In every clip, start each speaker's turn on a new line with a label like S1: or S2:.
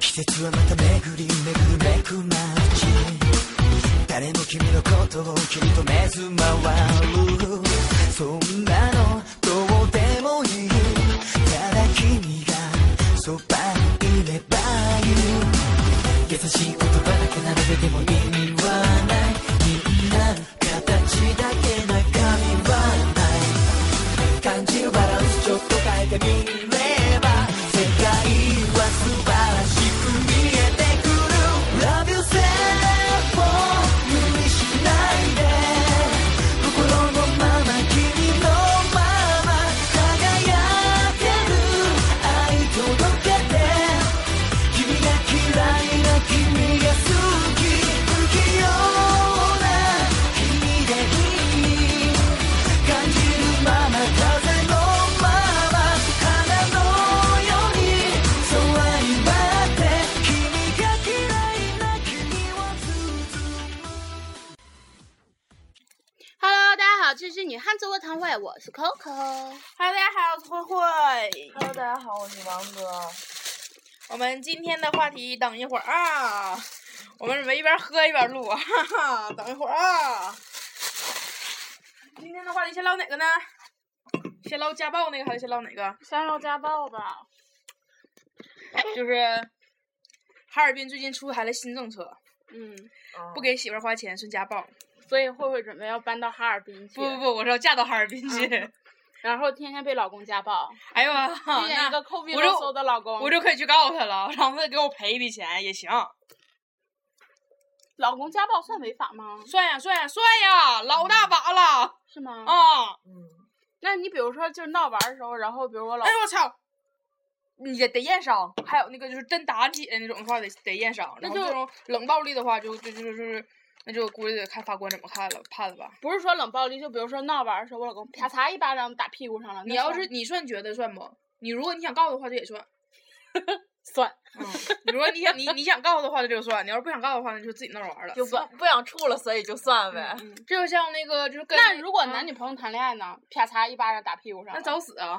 S1: 季節はまた巡り巡るめく街誰も君のことを気に留めず回るそんなのどうでもいいただ君がそばにいればいい優しい言葉だけならででも意味はないみんな形だけ中身はない感じるバランスちょっと変えてみれば世界は素晴らしく見えてくる Love yourself を無理しないで心のまま君のまま輝ける愛届けて君が嫌いな君が好き不器用な君でいい感じるまま風のまま花のように咲いてゆくそう相まって君が嫌いな君を包
S2: Hello，大家好，这是女汉子卧谈会，我是 Coco。
S3: 哈喽，大家好，我是慧慧。
S4: Hello，大家好，我是王哥。
S3: 我们今天的话题，等一会儿啊，我们准备一边喝一边录，哈哈，等一会儿啊。今天的话题先唠哪个呢？先唠家暴那个，还是先唠哪个？
S4: 先说家暴吧，
S3: 就是哈尔滨最近出台了新政策，
S4: 嗯，
S3: 不给媳妇儿花钱算家暴。
S4: 所以慧慧准备要搬到哈尔滨去，
S3: 不不不，我是要嫁到哈尔滨去。
S4: 啊然后天天被老公家暴，
S3: 哎呦，我
S4: 遇见一
S3: 那
S4: 个抠鼻
S3: 我
S4: 漏
S3: 就
S4: 搜的老公，
S3: 我就可以去告他了，然后他给我赔一笔钱也行。
S4: 老公家暴算违法吗？
S3: 算呀算呀算呀，老大把了
S4: 是吗？
S3: 啊！
S4: 那你比如说就是闹玩儿的时候，然后比如我老
S3: 哎呦我操！你得得验伤，还有那个就是真打起来那种的话得得验伤，
S4: 那
S3: 然后这
S4: 就
S3: 种冷暴力的话就就就就是，那就估计得看法官怎么看了判了吧。
S4: 不是说冷暴力，就比如说闹玩儿的时候，我老公啪嚓一巴掌打屁股上了，那
S3: 你要
S4: 算
S3: 是你算觉得算不？你如果你想告的话，这也算。
S4: 算
S3: 嗯， 你如果你想你你想告的话，这就算；你要是不想告的话，那就自己闹着玩儿了。
S5: 就不不想处了，所以就算呗。
S3: 这就像那个就是跟
S4: 嗯
S3: 啊
S4: 那如果男
S3: 女、
S4: 女朋友谈恋爱呢，啪嚓一巴掌打屁股上
S3: 那
S4: 了，
S3: 找死啊，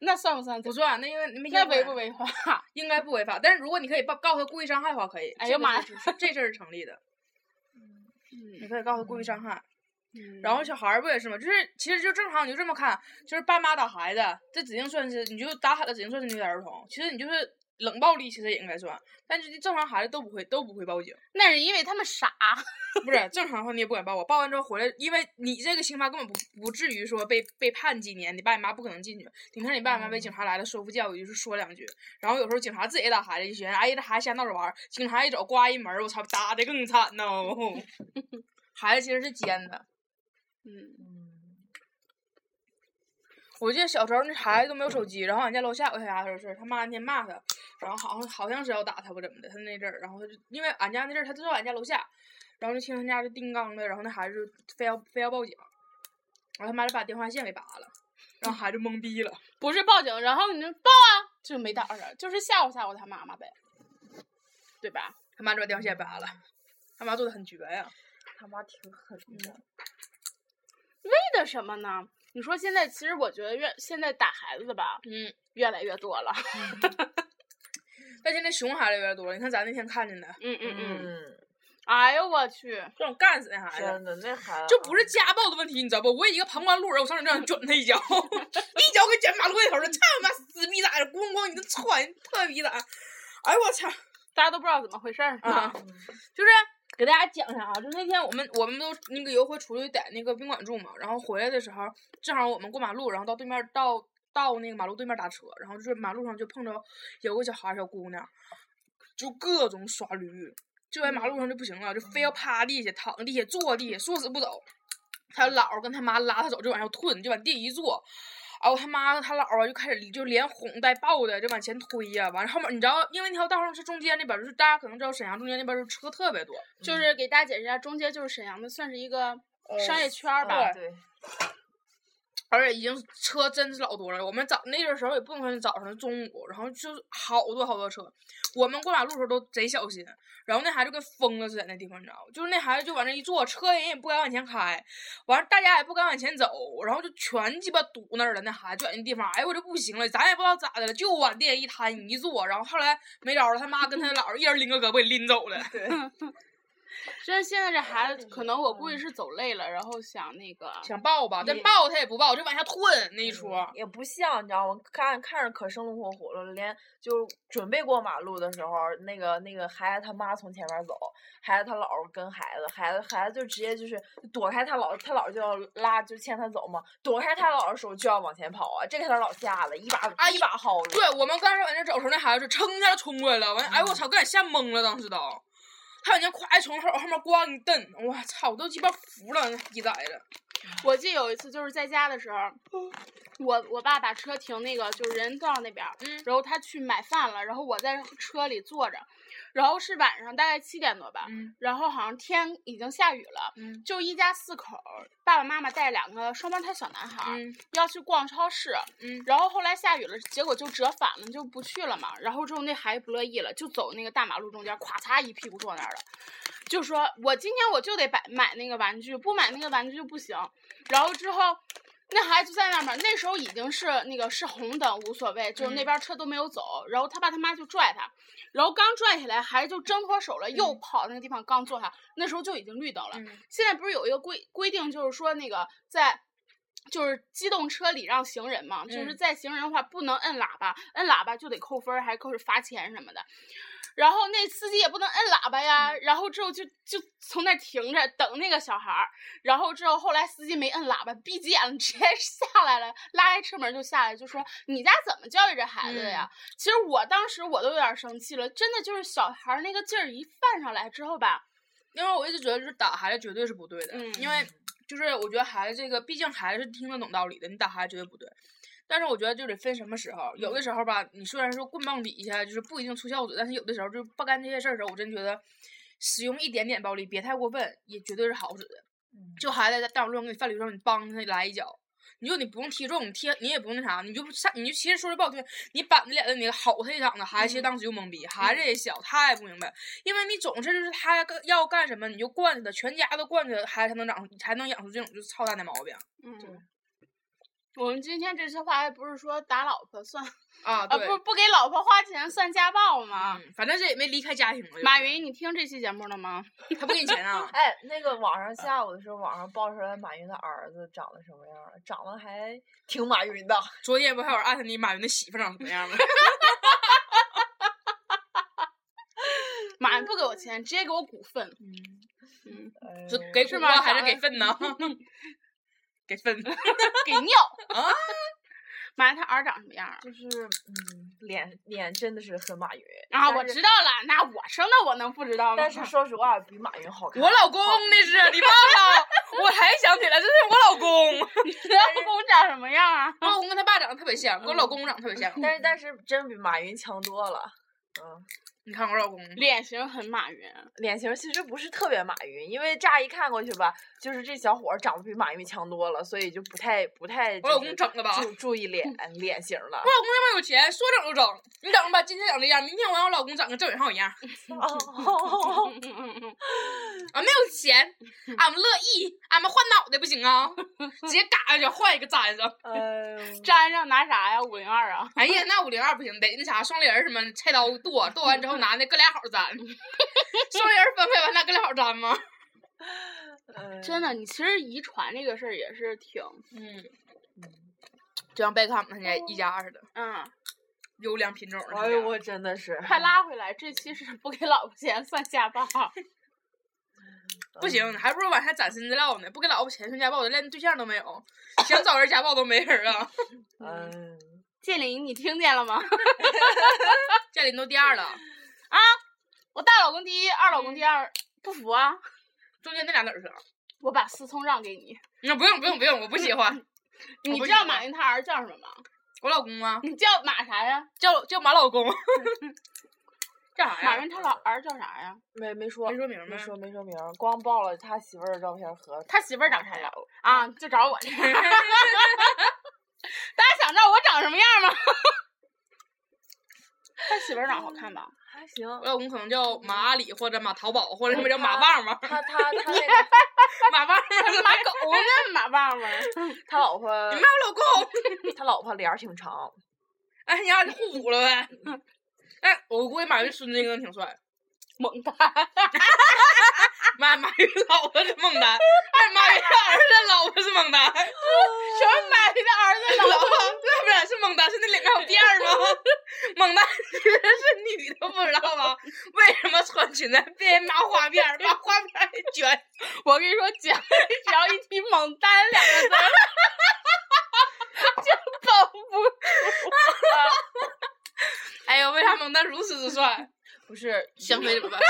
S4: 那算不算？
S3: 不算。那因为没
S4: 那
S3: 结
S4: 违
S3: 婚
S4: 不违法？
S3: 应该不违法，但是如果你可以告告他故意伤害的话，可以。
S4: 哎
S3: 这
S4: 呀
S3: 个
S4: 妈
S3: 是是这事儿是成立的。你可以告他故意伤害。
S4: 嗯
S3: 然后小孩儿不也是吗？就是其实就正常，你就这么看，就是爸妈打孩子，这指定算是你就打孩子指定算是虐待儿童。其实你就是冷暴力，其实也应该算，但是正常孩子都不会都不会报警，
S4: 那是因为他们傻，
S3: 不是正常的话你也不敢报我，报完之后回来，因为你这个刑罚根本不不至于说被被判几年，你爸你妈不可能进去。顶多你爸你妈被警察来了说服教育，就是说两句，然后有时候警察自己也打孩子，就觉得哎这孩子瞎闹着玩儿，警察一走刮一门儿，我操打的更惨呐、哦孩子其实是奸的。
S4: 嗯，
S3: 我记得小时候那孩子都没有手机，然后俺家楼下有个小丫头是，他妈那天骂他，然后好像好像是要打他不怎么的，他那阵儿，然后他就因为俺家那阵儿他就在俺家楼下，然后就听他家就叮当的，然后那孩子就非要非要报警，然后他妈就把电话线给拔了，然后孩子懵逼了，
S4: 不是报警，然后你就报啊，就没打着，就是吓唬吓唬他妈妈呗，对吧？
S3: 他妈就把电话线拔了，他妈做的很绝呀、
S5: 他妈挺狠的，
S4: 为的什么呢？你说现在，其实我觉得越现在打孩子的吧，
S3: 嗯，
S4: 越来越多了。
S3: 但现在熊孩子有点多了，你看咱那天看见的，
S4: 嗯嗯嗯。
S5: 嗯，
S4: 哎呦我去！
S3: 这种干死那孩子
S5: 真。的那嗯孩子
S3: 这不是家暴的问题，你知道不？我也一个旁观路人，我上去这样卷他一脚， 一脚给卷马路对头了，操你妈死逼崽子，咣咣你这踹，特逼崽子！哎呦我操！
S4: 大家都不知道怎么回事儿呢。
S3: 啊， 就是给大家讲一下啊，就是那天我们我们都那个有一回出去在那个宾馆住嘛，然后回来的时候，正好我们过马路，然后到对面到到那个马路对面打车，然后就是马路上就碰着有个小孩儿小姑娘，就各种耍驴，就在马路上就不行了，就非要趴地下、躺地下、坐地下，说死不走。他姥儿跟他妈拉他走，就往上吞，就往地一坐。然哦后他妈他姥儿啊就开始就连哄带抱的就往前推呀、完了后面你知道，因为那条道上是中间那边儿，就是大家可能知道沈阳中间那边儿车特别多，
S4: 就是给呃大家解释一下，中街就是沈阳的，算是一个商业圈儿吧。
S3: 对
S5: 对，
S3: 而且已经车真是老多了。我们早那个时候也不能早上中午，然后就是好多好多车。我们过马路的时候都贼小心，然后那孩子就跟疯了似的在那地方，你知道吗？就是那孩子就往那一坐，车人也不敢往前开，完了大家也不敢往前走，然后就全鸡巴堵那儿了。那孩子就在那地方，哎呦我这不行了，咱也不知道咋的了，就往地下一摊一坐，然后后来没招了，他妈跟他姥儿一人拎个胳膊给拎走了。
S5: 对，
S4: 就是现在这孩子，可能我估计是走累了，然后想那个，
S3: 想抱吧，但
S5: 也
S3: 抱他也不抱，就往下吞那一出。
S5: 嗯也不像，你知道吗？看看着可生龙活虎了，连就准备过马路的时候，那个那个孩子他妈从前面走，孩子他姥儿跟孩子，孩子孩子就直接就是躲开他姥儿，他姥儿就要拉就牵他走嘛，躲开他姥儿的手就要往前跑啊，这给他姥儿吓得一把、
S3: 啊
S5: 一把薅住。？
S3: 对，我们刚开始往那走的时候，那孩子就噌一下就冲过来了，完，哎我操，给俺吓懵了，当时都，他往前咵一冲，后后面咣一蹬，我操，我都鸡巴服了，那逼崽子，
S4: 我记得有一次就是在家的时候，我我爸把车停那个就是人道那边儿，
S3: 嗯
S4: 然后他去买饭了，然后我在车里坐着，然后是晚上大概七点多吧，
S3: 嗯
S4: 然后好像天已经下雨了，
S3: 嗯
S4: 就一家四口儿，爸爸妈妈带两个双胞胎小男孩儿、
S3: 嗯
S4: 要去逛超市，
S3: 嗯
S4: 然后后来下雨了，结果就折返了，就不去了嘛。然后之后那孩子不乐意了，就走那个大马路中间，咵嚓一屁股坐那儿了，就说我今天我就得买买那个玩具，不买那个玩具就不行。然后之后。那孩子就在那儿嘛，那时候已经是那个是红灯，无所谓，就是那
S3: 嗯
S4: 边车都没有走。然后他爸他妈就拽他，然后刚拽起来，孩子就挣脱手了，又跑那个地方刚坐下，那时候就已经绿灯了。
S3: 嗯
S4: 现在不是有一个规规定，就是说那个在就是机动车礼让行人嘛，就是
S3: 嗯
S4: 在行人的话不能摁喇叭，摁喇叭就得扣分儿，还扣是罚钱什么的。然后那司机也不能摁喇叭呀，
S3: 嗯
S4: 然后之后就就从那儿停着等那个小孩儿，然后之后后来司机没摁喇叭，闭眼了，直接下来了，拉开车门就下来，就说你家怎么教育这孩子的
S3: 嗯
S4: 呀？其实我当时我都有点儿生气了，真的就是小孩儿那个劲儿一犯上来之后吧，
S3: 因为我一直觉得就是打孩子绝对是不对的，
S4: 嗯
S3: 因为就是我觉得孩子这个，毕竟孩子是听得懂道理的，你打孩子绝对不对。但是我觉得就得分什么时候，有的时候吧，你虽然说棍棒底下就是不一定出孝子，但是有的时候就是不干这些事儿的时候，我真觉得使用一点点暴力，别太过分，也绝对是好使的。就孩子在大马路上给你犯驴的时候，你帮他来一脚，你就你不用踢中，你踢你也不用那啥，你就上你就其实说句不好听，你板着脸在你吼他一嗓子，孩子其实当时就懵逼，孩子也小，他也不明白，因为你总是就是他干要干什么你就惯着他，全家都惯着他，孩子才能长才能养出这种就是操蛋的毛病
S4: 嗯，我们今天这些话还不是说打老婆算
S3: 啊！
S4: 啊，
S3: 对，
S4: 不不给老婆花钱算家暴吗？
S3: 嗯，反正这也没离开家庭了。
S4: 马云，你听这期节目了吗？
S3: 他不给你钱啊
S5: 哎，那个网
S3: 嗯
S5: 上下午的时候，网上爆出来马云的儿子长得什么样了？长得还挺马云的，
S3: 昨天不还有艾特你马云的媳妇长什么样吗？
S4: 马云不给我钱，直接给我股份。
S5: 哎
S3: 是
S5: 呦
S3: 给
S4: 是
S3: 股
S4: 吗
S3: 啊还是
S4: 长
S3: 给
S4: 得
S3: 粪 呢？给 粪。
S4: 给尿
S3: 啊！
S4: 马云他儿长什么样啊？
S5: 就是嗯，脸脸真的是很马云
S4: 啊，
S5: 但
S4: 我
S5: 是
S4: 知道了，那我生的我能不知道吗？
S5: 但是说实话，比马云好看。
S3: 我老公
S5: 好
S3: 那是你忘了？我才想起来，这是我老公。
S4: 你老公长什么样啊？
S3: 我老公跟他爸长得特别像，跟我老公长得特别像。
S5: 但是但是真比马云强多了。嗯，
S3: 你看我老公，
S4: 脸型很马云，
S5: 脸型其实不是特别马云，因为乍一看过去吧，就是这小伙儿长得比马云强多了，所以就不太不太
S3: 我
S5: 就
S3: 老公
S5: 是
S3: 整的吧？我
S5: 注注意 脸脸型了。
S3: 老公那么有钱，说整就整。你整吧，今天长这样，明天我让我老公长跟郑宇浩一样。
S5: 哦，
S4: 嗯嗯嗯，
S3: 俺啊没 有钱，俺们乐意，俺们换脑袋不行啊？直接嘎下去换一个粘上。
S5: 呃，
S4: 粘上拿啥呀？五零二啊？
S3: 哎呀，那五零二不行，得那啥双立人什么菜刀剁，剁完之后 拿那哥俩好粘。 双立人分开完，拿哥俩好粘吗？
S5: 呃
S4: 真的，你其实遗传这个事儿也是挺，
S3: 嗯，就像贝克汉姆他家一家似的，
S4: 嗯，
S3: 优良品种的。
S5: 哎呦，我真 的是
S4: 快拉回来，这期是不给老婆钱算家暴。
S3: 不行，还不如往下攒身子料呢。不给老婆钱算家暴，我连对象都没有，想找人家暴都没人啊。
S5: 嗯，
S4: 建林，你听见了吗？
S3: 家里都第二了，
S4: 我大老公第一，二老公第二，不服啊？
S3: 中间那俩哪儿去了？啊
S4: 我把思聪让给你。
S3: 那不用不用不用，我不喜欢。我
S4: 你
S3: 不
S4: 知道
S3: 喜欢
S4: 马云他儿叫什么吗？
S3: 我老公啊，
S4: 你叫马啥呀？
S3: 叫叫马老公。 干啥呀？
S4: 马云他老儿叫啥呀？
S5: 没没说，
S3: 没说名儿
S5: 没
S3: 吗
S5: 说没说名儿，光报了他媳妇儿的照片和
S4: 他媳妇儿长啥
S5: 他
S4: 样
S5: 老了。
S4: 啊？就找 我这样。大家想知道我长什么样吗？ 他媳妇儿长好看吧？
S5: 还行，
S3: 我老公可能叫马阿里或者马淘宝或者什么
S5: 哎
S3: 叫马
S5: 他
S3: 旺旺，
S5: 他他他 那个
S3: 马 旺旺。
S4: 马狗 呢？马旺旺。
S5: 他老婆
S3: 你骂我老公？
S5: 他老婆脸儿挺长，
S3: 哎，你俩就互补了呗。哎，我估计马云孙子应该挺帅。
S4: 猛蛋！
S3: 马马云老婆是孟丹，哎，马云的儿子老婆是孟丹，
S4: 什么马云的儿子
S3: 老
S4: 老
S3: 婆对不是是孟丹，是那脸上有垫儿吗？ 孟丹其实是女的，不知道吗？为什么穿裙子被人拿花辫儿把花辫儿给卷？
S4: 我跟你说，姐，只要一提“猛丹”两个字儿， 就 绷不住。
S3: 哎呦，为啥蒙丹如此之帅？
S5: 不是
S3: 香妃怎 么办？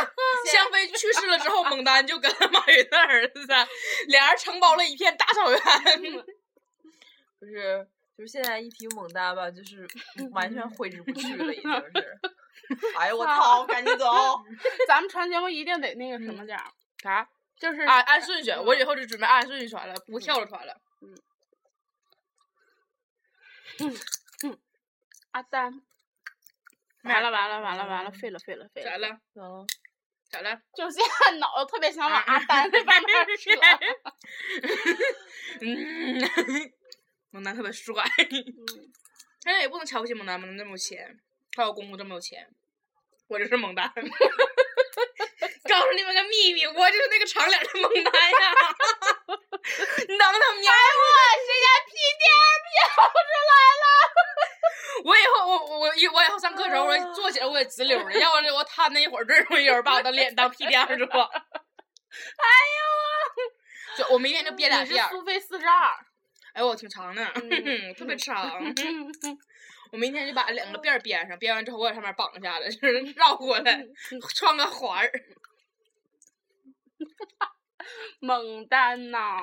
S3: 香妃去世了之后，蒙丹就跟马云的儿子俩人承包了一片大草原。嗯
S5: 不是就是现在一提猛丹吧， 就是完全挥之不去了，已经 是。哎呦我操！赶紧走。
S4: 咱们传节目一定得那个什么点儿，啊
S3: 啥？
S4: 嗯就是
S3: 按啊按顺序，我以后就准备按顺序传了，不跳着传了。
S4: 阿丹。完了完了完嗯了完了，废了废了废
S3: 咋
S4: 了！
S3: 嗯了？
S5: 行嗯了，
S3: 咋 了？
S4: 就现在脑子特别想往阿丹那方面 扯。
S3: 嗯，蒙丹特别帅，嗯 但是也不能瞧不起蒙丹，蒙丹这么有钱，她老公公这么有钱，我就是蒙丹。告诉你们个秘密，我就是那个长脸的蒙丹呀！ 你等等，你 我以后我我我以我以后上课的时候，我坐起来我也直溜儿的，要不然我瘫那一会儿，最容易有人把我的脸当屁垫儿坐。哎呦我，就我明天就憋俩
S4: 哎你是
S3: 垫儿，
S4: 苏菲四十二，
S3: 哎呦我挺长的，
S4: 嗯
S3: 特别长。我明天就把两个辫儿编上，编完之后我在上面绑一下子，就是绕过来，
S4: 嗯
S3: 穿个环儿。
S4: 猛丹呐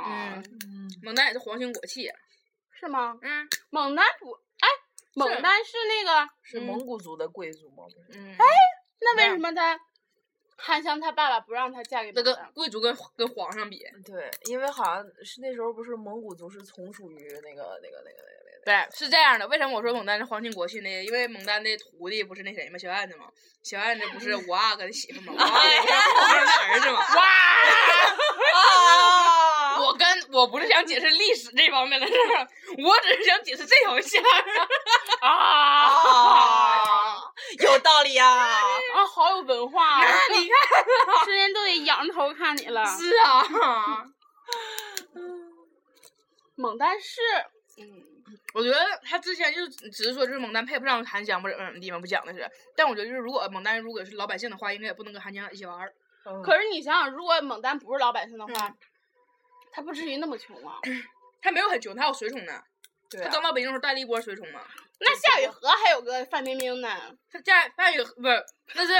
S3: 嗯，蒙丹也是皇亲国戚，
S4: 是吗？
S3: 嗯
S4: 猛丹不，哎，猛丹是那个，
S5: 是
S3: 嗯
S5: 蒙古族的贵族吗？
S3: 嗯，
S4: 那为
S3: 那
S4: 什么他韩香他爸爸不让他嫁给
S3: 那
S4: 猛
S3: 个
S4: 丹？
S3: 贵族跟跟皇上比，
S5: 嗯对，因为好像是那时候不是蒙古族是从属于那个那个那个那个那个。
S3: 对，是这样的。为什么我说蒙丹是皇亲国戚呢？因为蒙丹的徒弟不是那谁吗？小燕子吗？小燕子不是我阿哥的媳妇吗？我阿哥不是皇上的儿子吗？ 哇！
S5: 啊
S3: 我跟我不是想解释历史这方面的事儿，我只是想解释这条线儿
S4: 啊哦
S3: 啊。
S5: 有道理呀、
S4: 啊，好有文 化啊！
S3: 你看，
S4: 世人都得仰着头看你了。
S3: 是啊，
S4: 猛丹是，
S3: 我觉得他之前就是只是说就是蒙丹配不上韩香，不怎么怎么地嘛，不讲的是。但我觉得就是如果蒙丹如果是老百姓的话，应该也不能跟韩香一起玩儿。
S5: 嗯
S4: 可是你想想，如果猛丹不是老百姓的话，他不至于那么穷啊。
S3: 他没有很穷，他有随从呢。
S5: 对
S3: 他
S5: 啊、
S3: 刚到北京的时候带了一波随从嘛。
S4: 那夏雨荷还有个范冰冰呢，啊
S3: 他家范宇不是，那是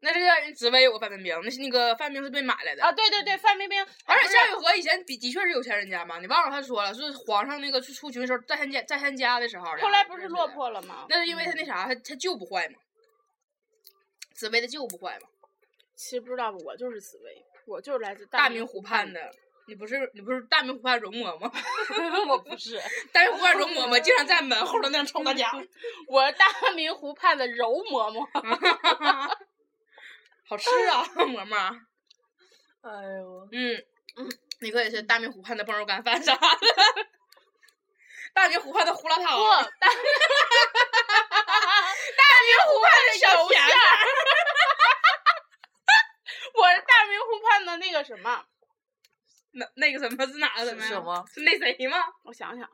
S3: 那这个人职位有个范冰冰，那是那个范冰冰是被买来的。
S4: 啊，对对对，范冰冰，
S3: 而且
S4: 夏
S3: 夏雨荷以前比的确是有钱人家嘛，你忘了他说了，是皇上那个去出巡的时候，在他家在他家的时候，
S4: 后来不嗯
S3: 俩
S4: 是
S3: 人
S4: 落
S3: 的，
S4: 魄了吗？
S3: 那是因为他那啥，他他舅不坏嘛，紫薇的舅不坏嘛，
S4: 其实不知道，我就是紫薇，我就是来自
S3: 大
S4: 明
S3: 明湖畔的。你不是你不是大明湖畔容嬷嬷，
S4: 的，我不是，
S3: 大明湖畔容嬷嬷经常在门后头那样瞅大 家，
S4: 我是大明湖畔的柔嬷嬷。
S3: 好吃啊， 嬷嬷。
S5: 哎呦，
S3: 嗯，你可以是大明湖畔的崩肉干饭啥的， 大明湖畔的胡辣汤，
S4: 不，
S3: 大
S4: 大大明湖畔的
S3: 小
S4: 油
S3: 甜
S4: 馅儿，我是大明湖畔的那个什么，
S3: 那那个什么是哪个什么呀？
S5: 是什么？
S3: 是那谁吗？
S4: 我想想，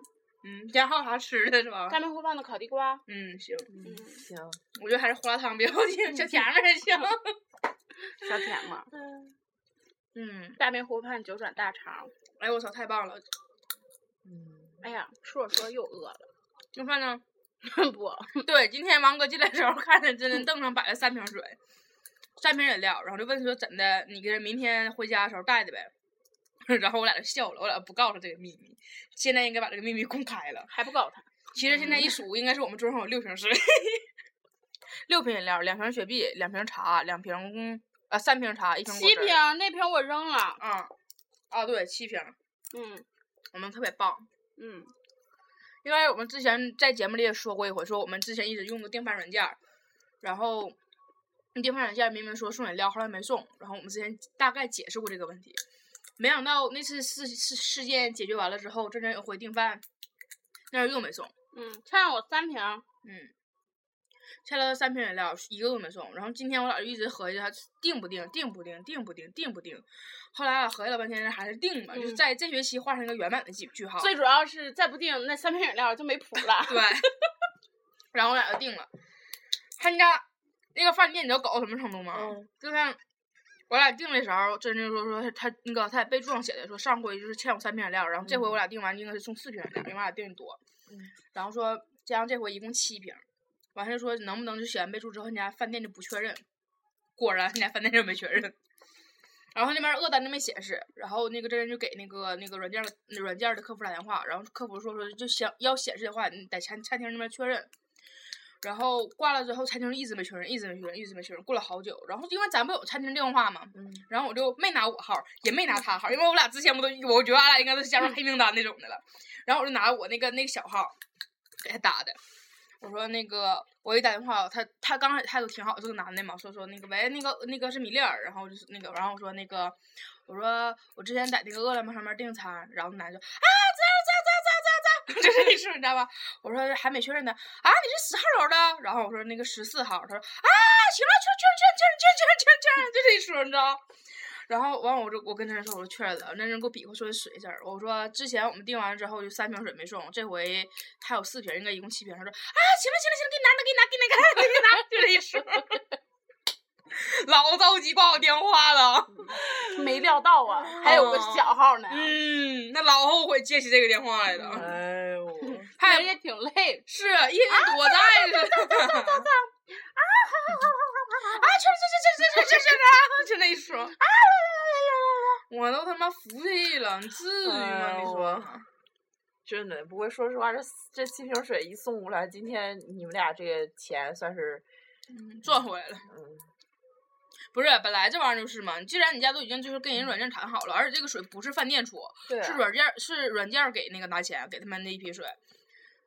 S3: 嗯，今天还有啥吃的是吧？
S4: 大明湖畔的烤地瓜，
S3: 嗯，行，
S5: 嗯，行，
S3: 我觉得还是胡辣汤比较行，小甜面儿行。
S4: 小甜嘛，
S3: 嗯，
S4: 大明湖畔九转大肠。
S3: 哎呦我操，太棒了！
S5: 嗯，
S4: 哎呀，说着说着又饿了，
S3: 就饭呢？
S4: 不，
S3: 对，今天王哥进来的时候，看见真真凳上摆了三瓶水，三瓶饮料，然后就问说怎的，你给明天回家的时候带的呗。 然后我俩就笑了，我俩不告诉这个秘密，现在应该把这个秘密公开了。
S4: 还不告他。
S3: 嗯其实现在一数，应该是我们桌上有六瓶水。 六瓶饮料，两瓶雪碧，两瓶茶，两瓶嗯呃三瓶茶，一瓶果
S4: 七
S3: 汁
S4: 瓶
S3: 儿。
S4: 儿那瓶儿我扔了，
S3: 啊啊对，七瓶儿，
S4: 嗯
S3: 我们特别棒。
S4: 嗯，
S3: 因为我们之前在节目里也说过一回，说我们之前一直用的订饭软件儿，然后那订饭软件儿明明说送饮料，后来没送，然后我们之前大概解释过这个问题。没想到那次事事事件解决完了之后，这人有回订饭，那人又没送，
S4: 嗯，欠了我三瓶儿，
S3: 嗯，下了三瓶饮料，一个都没送。然后今天我俩就一直合计他定不定，定不定，定不定，定不定。后来俺俩合计了半天，还是定吧，就是
S4: 嗯
S3: 在这学期画上一个圆满的句句号。
S4: 最主要是再不定那三瓶饮料就没 谱了。
S3: 对，然后我俩就定了。他家那个饭店，你知道搞到什么程度
S4: 哦
S3: 吗？
S5: 嗯
S3: 就像我俩定的时候，真真说说他那个他在备注上写的说上回就是欠我三瓶饮料，然后这回我俩订完应该是送四瓶饮料，因为我俩订的多。
S5: 嗯
S3: 然后说加上这回一共七瓶，完事说能不能就写完备注之后，人家饭店就不确认。果然，人家饭店就没确认。 然后那边儿恶单就没显示，然后那个真人就给那个那个软件儿的软件儿的客服打电话，然后客服说说就想要显示的话，你在餐餐厅那边确认。然后挂了之后，餐厅一直没确认，一直没确认，一直没确认，过了好久。然后因为咱不有餐厅电话嘛，
S5: 嗯
S3: 然后我就没拿我号儿，也没拿他号儿，因为我俩之前不都，我觉得俺俩应该都是加入黑名单那种的了。然后我就拿我那个那个小号儿给他打的，我说那个我一打电话，他他刚开始态度挺好，是个男的嘛，说说那个喂，那个那个是米粒儿，然后就是那个，然后我说那个，我说我之前在那个饿了么上面订餐，然后那男的说啊，咋咋咋咋咋咋，就是那事儿你知道吧？我说还没确认呢，啊，你是十号楼的？然后我说那个十四号，他说啊，行了，确认确认确认确认确认确认确认，就这一说你知道。然后完，我就我跟他说，我说确认了，那人给我比划说是水事儿。我说之前我们订完之后就三瓶水没送，这回还有四瓶，应该一共七瓶。他说啊，行了行了行了，给你拿着给你拿给你拿给你拿，就这一说。老着急挂我电话了，
S4: 没料到啊，还有个小号呢，啊
S3: 嗯，那老后悔接起这个电话来了，
S5: 哎呦，
S3: 还
S4: 人也挺累。
S3: 是一天天躲在这儿啊，去去去去去去去去，然后就那一说，啊，我都他妈服气了，你至于吗？
S5: 哎
S3: 你
S5: 我
S3: 说？
S5: 真的，不过说实话，这这七瓶水一送过来，今天你们俩这个钱算是，
S3: 赚回来了。
S5: 嗯，
S3: 不是，本来这玩意儿就是嘛，既然你家都已经就是跟人软件谈好了，而且这个水不是饭店出，
S5: 对啊
S3: 是软件儿是软件儿给那个拿钱给他们那一批水，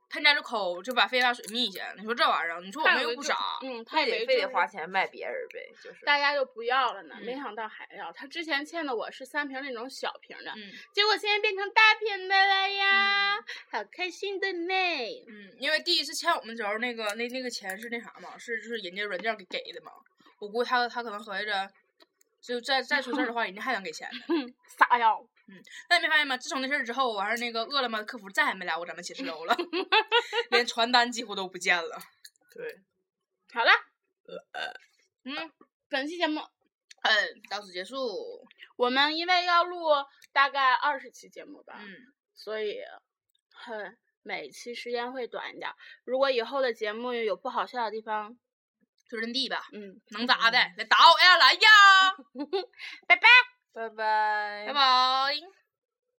S3: 他家就抠就把非法水密去，你说这玩意儿，你说我
S4: 他
S3: 们
S4: 以
S3: 又
S4: 为
S3: 不
S4: 就
S3: 傻，
S4: 嗯，他
S5: 非
S4: 以
S5: 得
S4: 为
S5: 非
S4: 就是
S5: 得花钱卖别人呗，就是。
S4: 大家就不要了呢，没
S3: 嗯
S4: 想到还要。他之前欠的我是三瓶那种小瓶的，
S3: 嗯
S4: 结果现在变成大瓶的了呀，好开心的呢。
S3: 嗯，因为第一次欠我们的时候，那个那那个钱是那啥嘛，是就是人家软件儿给给的嘛，我估计他他可能合计着，就再再出事儿的话，人家还想给钱呢。
S4: 撒药，
S3: 但你没发现吗？自从那事儿之后，完事儿那个饿了么的客服再也没来过咱们寝室楼了， 连传单几乎都不见了。
S5: 对，
S4: 好了，
S3: 嗯
S4: 呃本期节目
S3: 嗯，到此结束。
S4: 我们因为要录大概二十期节目吧，
S3: 嗯，
S4: 所以很每期时间会短一点。如果以后的节目有不好笑的地方，
S3: 就认地吧，
S4: 嗯，
S3: 能咋的？来打我呀，来呀，
S5: 拜拜，
S4: 哎
S3: 拜拜。